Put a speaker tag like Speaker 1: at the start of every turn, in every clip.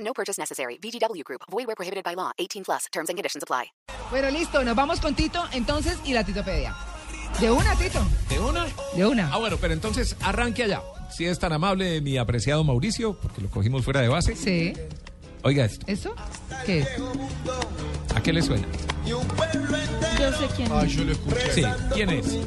Speaker 1: No purchase necessary. VGW Group. Void where prohibited by law. 18 plus. Terms and conditions apply.
Speaker 2: Bueno, listo, nos vamos con Tito entonces y la Titopedia. De una, Tito.
Speaker 3: ¿De una?
Speaker 2: De una.
Speaker 3: Ah, bueno, pero entonces arranque allá. Si es tan amable, mi apreciado Mauricio, porque lo cogimos fuera de base.
Speaker 2: Sí.
Speaker 3: Oiga esto,
Speaker 2: ¿Eso? ¿Qué es?
Speaker 3: ¿a qué le suena?
Speaker 4: Yo sé quién es.
Speaker 3: Sí, ¿quién es?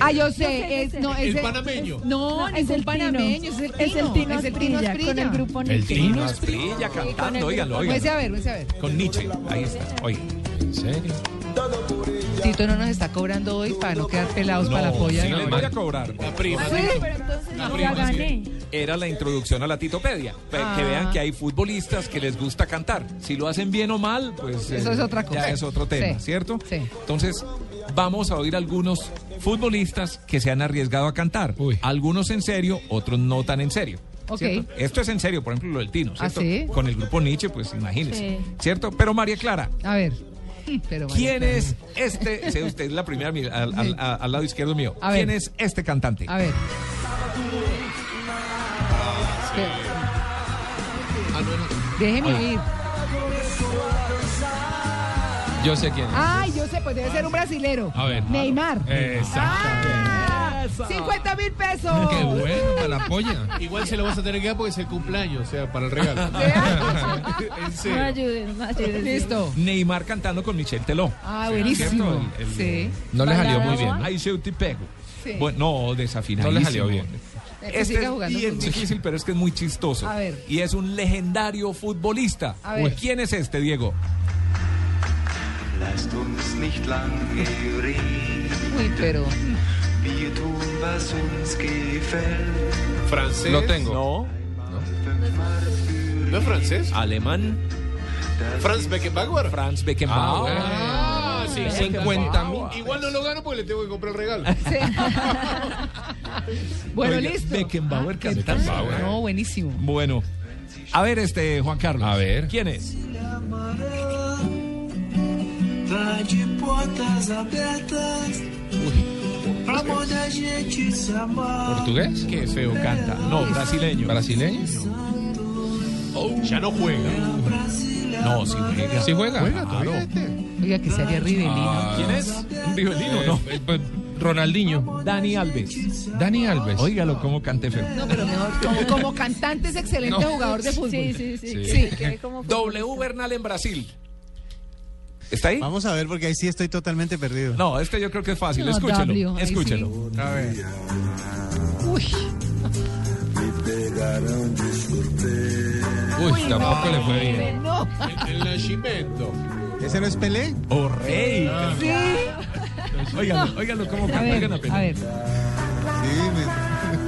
Speaker 2: Ah, yo sé, es, no, es
Speaker 5: el panameño.
Speaker 2: No,
Speaker 4: No,
Speaker 2: es el panameño, es el Tino.
Speaker 4: Es el Tino Asprilla, con el grupo
Speaker 3: El
Speaker 4: Nietzsche.
Speaker 3: Tino Asprilla cantando, óigalo,
Speaker 2: Vamos Pues, a
Speaker 3: óigalo.
Speaker 2: ver, vamos a ver.
Speaker 3: Con Nietzsche, ahí está, oiga. ¿En serio?
Speaker 2: Tito no nos está cobrando hoy para no quedar pelados para la polla.
Speaker 3: Sí,
Speaker 2: ¿no?
Speaker 3: le voy a cobrar.
Speaker 5: La prima.
Speaker 2: ¿Sí?
Speaker 4: Pero entonces
Speaker 5: La
Speaker 4: no
Speaker 5: prima,
Speaker 4: la
Speaker 5: sí.
Speaker 4: gané.
Speaker 3: Era la introducción a la titopedia. Pe-
Speaker 2: Ah.
Speaker 3: Que vean que hay futbolistas que les gusta cantar. Si lo hacen bien o mal, pues...
Speaker 2: Eso es otra cosa.
Speaker 3: Ya es otro tema,
Speaker 2: Sí.
Speaker 3: ¿cierto?
Speaker 2: Sí.
Speaker 3: Entonces, vamos a oír algunos futbolistas que se han arriesgado a cantar.
Speaker 5: Uy.
Speaker 3: Algunos en serio, otros no tan en serio.
Speaker 2: Ok.
Speaker 3: ¿cierto? Esto es en serio, por ejemplo, lo del Tino, ¿cierto?
Speaker 2: ¿Ah, sí?
Speaker 3: Con el grupo Nietzsche, pues imagínense,
Speaker 4: Sí.
Speaker 3: ¿cierto? Pero María Clara,
Speaker 2: A ver. Pero, María
Speaker 3: ¿quién
Speaker 2: Clara.
Speaker 3: es este? Sea usted la primera mira, al, al- a- al lado izquierdo mío.
Speaker 2: A
Speaker 3: ¿Quién
Speaker 2: ver.
Speaker 3: es este cantante?
Speaker 2: A ver.
Speaker 5: Ah,
Speaker 2: Déjeme oír.
Speaker 5: Yo sé quién es.
Speaker 2: Ay, yo sé, pues debe ser un brasilero.
Speaker 5: A ver. Eh.
Speaker 2: Neymar.
Speaker 5: Exactamente.
Speaker 2: ¡Ah! 50 mil pesos.
Speaker 5: Qué bueno, para la polla. Igual se lo vas a tener que dar porque es el cumpleaños, o sea, para el regalo. en
Speaker 4: No
Speaker 5: serio.
Speaker 4: ayuden, no ayuden.
Speaker 2: Listo.
Speaker 3: Neymar cantando con Michel Teló.
Speaker 2: Ah, buenísimo.
Speaker 3: ¿Cierto? El-
Speaker 2: Sí.
Speaker 3: el-
Speaker 5: No le salió muy bien.
Speaker 3: Ahí se utipego.
Speaker 2: Sí.
Speaker 3: Bueno, no, desafinadísimo.
Speaker 5: No le salió bien.
Speaker 2: Eh, que
Speaker 3: Este
Speaker 2: siga
Speaker 3: es
Speaker 2: jugando
Speaker 3: bien
Speaker 2: fútbol.
Speaker 3: difícil, pero es que es muy chistoso.
Speaker 2: A ver.
Speaker 3: Y es un legendario futbolista.
Speaker 2: A ver.
Speaker 3: ¿Quién es este, Diego?
Speaker 6: Lasst uns nicht lange reden,
Speaker 2: Uy, pero.
Speaker 6: wir tun, was uns gefällt.
Speaker 5: Francés.
Speaker 3: Lo tengo.
Speaker 5: ¿No es francés?
Speaker 3: No. Alemán.
Speaker 5: Franz Beckenbauer.
Speaker 3: Franz Beckenbauer.
Speaker 5: Ah, sí,
Speaker 3: 50 mil.
Speaker 5: Igual no lo gano porque le tengo que comprar el regalo.
Speaker 2: Sí. bueno,
Speaker 3: Oiga,
Speaker 2: listo. Ah,
Speaker 3: Beckenbauer
Speaker 2: ¿qué
Speaker 3: cantando.
Speaker 2: tal? No, buenísimo.
Speaker 3: Bueno. A ver, este, Juan Carlos.
Speaker 5: A ver.
Speaker 3: ¿Quién es?
Speaker 6: Tá de portas abertas, pra muita gente se amar.
Speaker 5: ¿Portugués?
Speaker 3: Qué feo canta. No, brasileño. Oh.
Speaker 5: ¿Brasileño? Ya no juega.
Speaker 3: No, sí juega.
Speaker 5: ¿Sí juega?
Speaker 3: Juega
Speaker 5: Ah,
Speaker 3: todavía
Speaker 5: no.
Speaker 2: Oiga, que sería
Speaker 5: Ah.
Speaker 2: Rivelino.
Speaker 3: ¿Quién es? ¿Un rivelino?
Speaker 5: Eh,
Speaker 3: No.
Speaker 5: eh, pues, Ronaldinho.
Speaker 3: Dani Alves.
Speaker 5: Dani Alves.
Speaker 3: Óigalo cómo cante feo.
Speaker 2: No, pero mejor. Como, como cantante es excelente jugador de fútbol.
Speaker 4: Sí, sí, sí.
Speaker 5: Sí.
Speaker 4: sí, quedé como
Speaker 3: W Bernal en Brasil. ¿Está ahí?
Speaker 7: Vamos a ver porque ahí sí estoy totalmente perdido.
Speaker 3: No, este yo creo que es fácil.
Speaker 2: No,
Speaker 3: escúchelo.
Speaker 2: W, ahí
Speaker 3: escúchelo.
Speaker 5: A ver.
Speaker 2: Uy.
Speaker 5: Uy, tampoco le fue bien.
Speaker 2: No.
Speaker 5: El nacimiento.
Speaker 7: ¿Ese no es Pelé?
Speaker 3: ¡Oh, rey!
Speaker 2: Sí.
Speaker 3: Óigalo, óigalo cómo
Speaker 2: A
Speaker 3: canta.
Speaker 2: ver,
Speaker 3: Oigan apenas.
Speaker 2: a ver.
Speaker 7: Sí, me-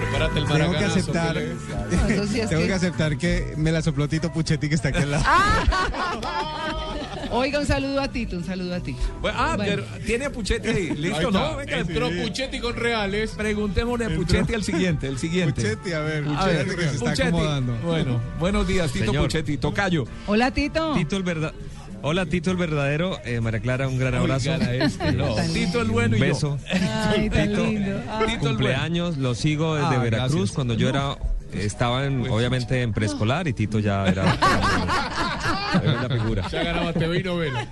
Speaker 5: Prepárate el
Speaker 7: tengo que
Speaker 5: maracanazo,
Speaker 7: aceptar.
Speaker 5: Pelé.
Speaker 2: No, eso sí es
Speaker 7: tengo
Speaker 2: que-
Speaker 7: que aceptar que me la sopló Tito Puchetti que está aquí al lado.
Speaker 3: Ah.
Speaker 2: Oiga, un saludo a Tito, un saludo a Tito.
Speaker 3: Bueno, ah,
Speaker 2: Bueno.
Speaker 3: pero tiene a Puchetti ahí.
Speaker 5: Ahí
Speaker 3: ¿Listo?
Speaker 5: está.
Speaker 3: No, venga.
Speaker 5: Entró Puchetti con reales.
Speaker 3: Preguntémosle a Puchetti al siguiente, el siguiente.
Speaker 7: Puchetti, a ver,
Speaker 3: A
Speaker 7: Puchetti
Speaker 3: ver,
Speaker 7: que se está
Speaker 3: Puchetti.
Speaker 7: acomodando.
Speaker 3: Bueno, buenos días, Tito
Speaker 8: Señor.
Speaker 3: Puchetti. Tocayo.
Speaker 2: Hola, Tito.
Speaker 8: Tito el verdad. Hola Tito el verdadero, eh, María Clara, un gran abrazo.
Speaker 3: Oigan
Speaker 7: eh.
Speaker 3: a este, no.
Speaker 8: Un
Speaker 3: Tito el bueno y yo.
Speaker 8: beso.
Speaker 2: Ay, tan lindo. Ah,
Speaker 3: Tito el bueno.
Speaker 8: Cumpleaños, lo sigo desde
Speaker 3: Ah,
Speaker 8: Veracruz
Speaker 3: gracias.
Speaker 8: cuando yo era estaba en- obviamente en preescolar y Tito ya era era la figura.
Speaker 5: Ya ganaba TV y novela.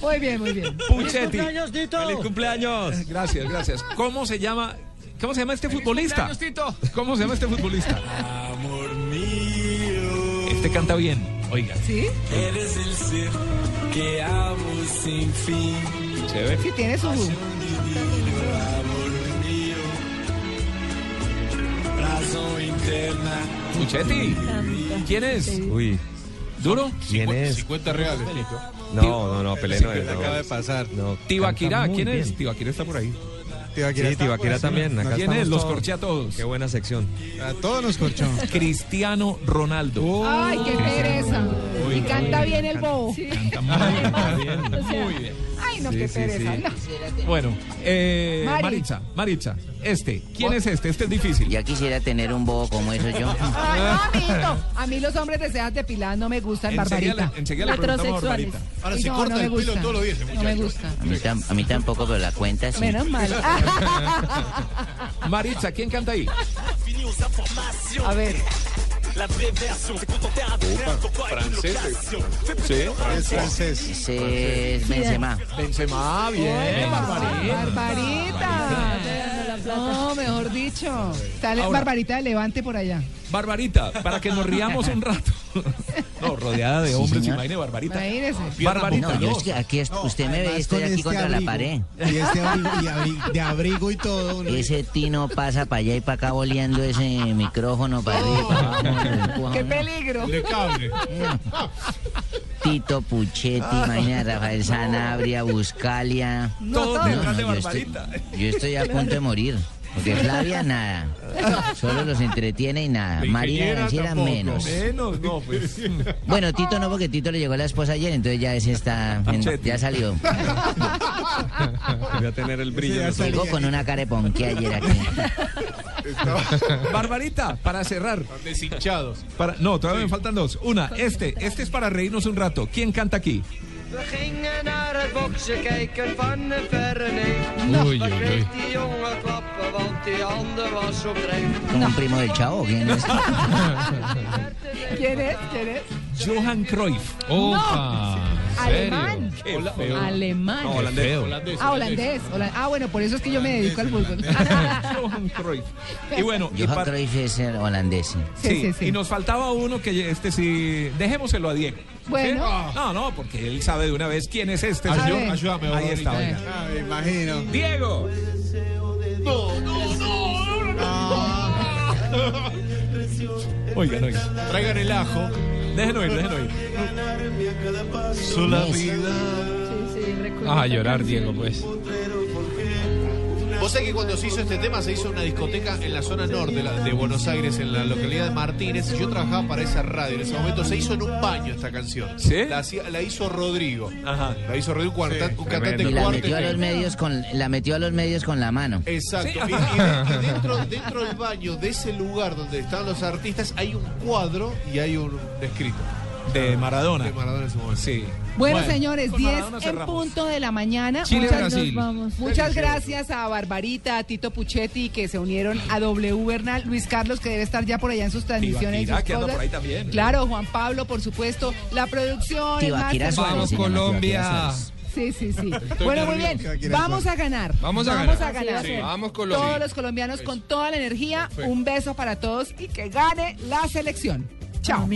Speaker 2: Muy bien, muy bien.
Speaker 3: Puchetti.
Speaker 8: ¡Feliz cumpleaños!
Speaker 3: Gracias, gracias. ¿Cómo se llama? ¿Cómo se llama este futbolista? ¿Cómo se llama este futbolista?
Speaker 6: Amor mío,
Speaker 3: Este canta bien. Oiga,
Speaker 2: ¿Sí?
Speaker 6: eres el ser que amo sin fin.
Speaker 3: chévere.
Speaker 2: Sí, tiene su.
Speaker 6: Amor mío, razón interna.
Speaker 3: Puchetti.
Speaker 4: Tanta.
Speaker 3: ¿Quién es?
Speaker 4: Sí.
Speaker 8: Uy,
Speaker 3: ¿Duro?
Speaker 8: ¿quién es?
Speaker 5: 50 reales.
Speaker 8: No, no, no, Pelé no es.
Speaker 7: Acaba de
Speaker 8: No,
Speaker 7: pasar.
Speaker 8: No,
Speaker 3: Tibaquirá.
Speaker 8: canta muy
Speaker 3: ¿Quién es?
Speaker 8: bien.
Speaker 3: Tibaquirá está por ahí.
Speaker 7: Tibaquirá
Speaker 8: Sí,
Speaker 7: está
Speaker 8: Tibaquirá
Speaker 7: por encima.
Speaker 8: también, acá
Speaker 7: Nos
Speaker 8: estamos
Speaker 3: ¿Quién es? Los
Speaker 8: todos.
Speaker 3: corché a todos.
Speaker 8: Qué buena sección.
Speaker 7: A todos nos corchó.
Speaker 3: Cristiano Ronaldo.
Speaker 8: Oh.
Speaker 2: Ay, qué pereza. Y canta bien el bobo.
Speaker 4: Muy bien.
Speaker 2: Ay, no, qué pereza. no.
Speaker 3: Bueno, eh,
Speaker 2: Mari.
Speaker 3: Maritza, Maritza, este. ¿Quién es este? Este es difícil.
Speaker 9: Ya quisiera tener un bobo como eso yo.
Speaker 2: Ay, no, amiguito. A mí los hombres de sedas depiladas no me gustan,
Speaker 3: Enseguida
Speaker 2: Barbarita.
Speaker 3: le, enseguida le preguntamos a
Speaker 4: Metrosexuales.
Speaker 3: Barbarita.
Speaker 5: Ahora
Speaker 2: Ay,
Speaker 5: se
Speaker 2: no,
Speaker 5: corta
Speaker 2: no me
Speaker 5: el pelo
Speaker 2: gusta.
Speaker 5: todos los días. ese
Speaker 2: No me
Speaker 5: muchacho.
Speaker 2: gusta.
Speaker 9: A mí, tam- a mí tampoco, pero la cuenta sí.
Speaker 2: Menos mal. Ah,
Speaker 3: Maritza, ¿quién canta ahí?
Speaker 2: A ver.
Speaker 5: Francés.
Speaker 7: Es francés.
Speaker 9: Ese es Benzema.
Speaker 3: Benzema, bien. Eh, Barbarita.
Speaker 2: Barbarita. No, mejor dicho. Está le-
Speaker 3: Ahora.
Speaker 2: Barbarita de Levante por allá.
Speaker 3: Barbarita, para que nos riamos un rato. No, rodeada de hombres,
Speaker 9: señor.
Speaker 3: imagine Barbarita.
Speaker 2: Imagínese.
Speaker 3: Barbarita,
Speaker 9: No, yo
Speaker 3: no.
Speaker 9: es que aquí es- usted me ve,
Speaker 7: Además,
Speaker 9: estoy
Speaker 7: con
Speaker 9: aquí
Speaker 7: este
Speaker 9: contra la
Speaker 7: abrigo.
Speaker 9: pared.
Speaker 7: Y este abrigo, y abri- de abrigo y todo. ¿no?
Speaker 9: Ese tino pasa para allá y para acá boleando ese micrófono para arriba y para abajo, lo empuja,
Speaker 2: ¡Qué
Speaker 9: ¿no?
Speaker 2: peligro!
Speaker 5: Le cable.
Speaker 9: Tito Puchetti, imagínate, Rafael Sanabria, Buscalia.
Speaker 3: Todos
Speaker 9: No,
Speaker 3: detrás de
Speaker 9: no, yo, estoy,
Speaker 3: Barbarita.
Speaker 9: yo estoy a punto de morir. Porque Flavia nada. Solo los entretiene y nada.
Speaker 5: La
Speaker 9: María
Speaker 5: ingeniera
Speaker 9: Graciela
Speaker 5: tampoco.
Speaker 9: menos.
Speaker 3: Menos, no, pues.
Speaker 9: Bueno, Tito no, porque Tito le llegó a la esposa ayer, entonces ya ese está. en-
Speaker 3: Chetti.
Speaker 9: ya salió.
Speaker 8: Voy a tener el brillo. en los ojos.
Speaker 9: Llegó con una cara de ponqué ayer aquí.
Speaker 3: Barbarita, para cerrar.
Speaker 5: Están deshinchados.
Speaker 3: Para, no, todavía me faltan dos. Una, este, este es para reírnos un rato. ¿Quién canta aquí?
Speaker 5: Uy, uy, uy.
Speaker 9: Como un primo del chavo, ¿quién es?
Speaker 2: ¿Quién es? ¿Quién es?
Speaker 3: Johan Cruyff.
Speaker 5: Opa.
Speaker 2: Alemán.
Speaker 3: Qué feo.
Speaker 2: Alemán.
Speaker 8: Oh, No, holandés.
Speaker 5: Holandés.
Speaker 2: Ah, holandés. hola- Ah, bueno, por eso es que yo me dedico al fútbol.
Speaker 3: Johan Cruyff. Y bueno, y
Speaker 9: Johan
Speaker 3: par-
Speaker 9: Cruyff es el holandés. sí.
Speaker 2: Sí,
Speaker 3: sí,
Speaker 2: sí, sí.
Speaker 3: y nos faltaba uno que este sí, dejémoselo a Diego. ¿sí?
Speaker 2: Bueno.
Speaker 3: No, no, porque él sabe de una vez quién es este.
Speaker 2: A
Speaker 3: señor.
Speaker 2: ver.
Speaker 5: Ayúdame,
Speaker 3: Ahí
Speaker 5: Barbarita.
Speaker 3: está, oiga.
Speaker 7: Ah, me imagino.
Speaker 3: Diego. Oigan, oigan.
Speaker 5: Traigan el ajo.
Speaker 3: Déjenlo ir, déjenlo ir.
Speaker 5: Sola
Speaker 9: Messi.
Speaker 8: Ah, llorar, Diego, pues.
Speaker 5: Vos sabés que cuando se hizo este tema se hizo una discoteca en la zona norte la- de Buenos Aires, en la localidad de Martínez. y Yo trabajaba para esa radio. En ese momento se hizo en un baño esta canción.
Speaker 3: ¿Sí?
Speaker 5: La, hacía- la hizo Rodrigo.
Speaker 3: Ajá.
Speaker 5: La hizo Rodrigo, un cuarta- un cantante
Speaker 8: tremendo.
Speaker 9: Y la metió a
Speaker 5: cuarteto.
Speaker 9: los medios con la metió a los medios con la mano.
Speaker 5: Exacto.
Speaker 3: Sí.
Speaker 5: Y, y de- y dentro, dentro del baño de ese lugar donde estaban los artistas hay un cuadro y hay un escrito
Speaker 3: De Maradona.
Speaker 5: de Maradona en ese momento.
Speaker 3: Sí.
Speaker 2: Bueno, señores,
Speaker 3: con
Speaker 2: 10
Speaker 3: Maradona
Speaker 2: en
Speaker 3: cerramos.
Speaker 2: punto de la mañana.
Speaker 3: Chile,
Speaker 2: Muchas,
Speaker 3: Brasil.
Speaker 2: nos vamos. Muchas gracias a Barbarita, a Tito Puchetti, que se unieron a W Bernal, Luis Carlos, que debe estar ya por allá en sus transmisiones. y sus
Speaker 3: Tibaquirá, que anda
Speaker 2: cosas.
Speaker 3: por ahí también.
Speaker 2: Claro, Juan Pablo, por supuesto, la producción. el
Speaker 9: Tibaquirá
Speaker 2: máster-
Speaker 9: Suárez. se llama, Tibaquirá Suárez.
Speaker 2: Sí, sí, sí. bueno, muy bien.
Speaker 7: nervioso.
Speaker 2: Vamos a ganar.
Speaker 5: Vamos a
Speaker 2: Vamos
Speaker 5: ganar.
Speaker 2: a ganar.
Speaker 5: Sí, vamos, Colombia.
Speaker 2: Todos los colombianos con toda la energía. Un beso para todos y que gane la selección. Chao.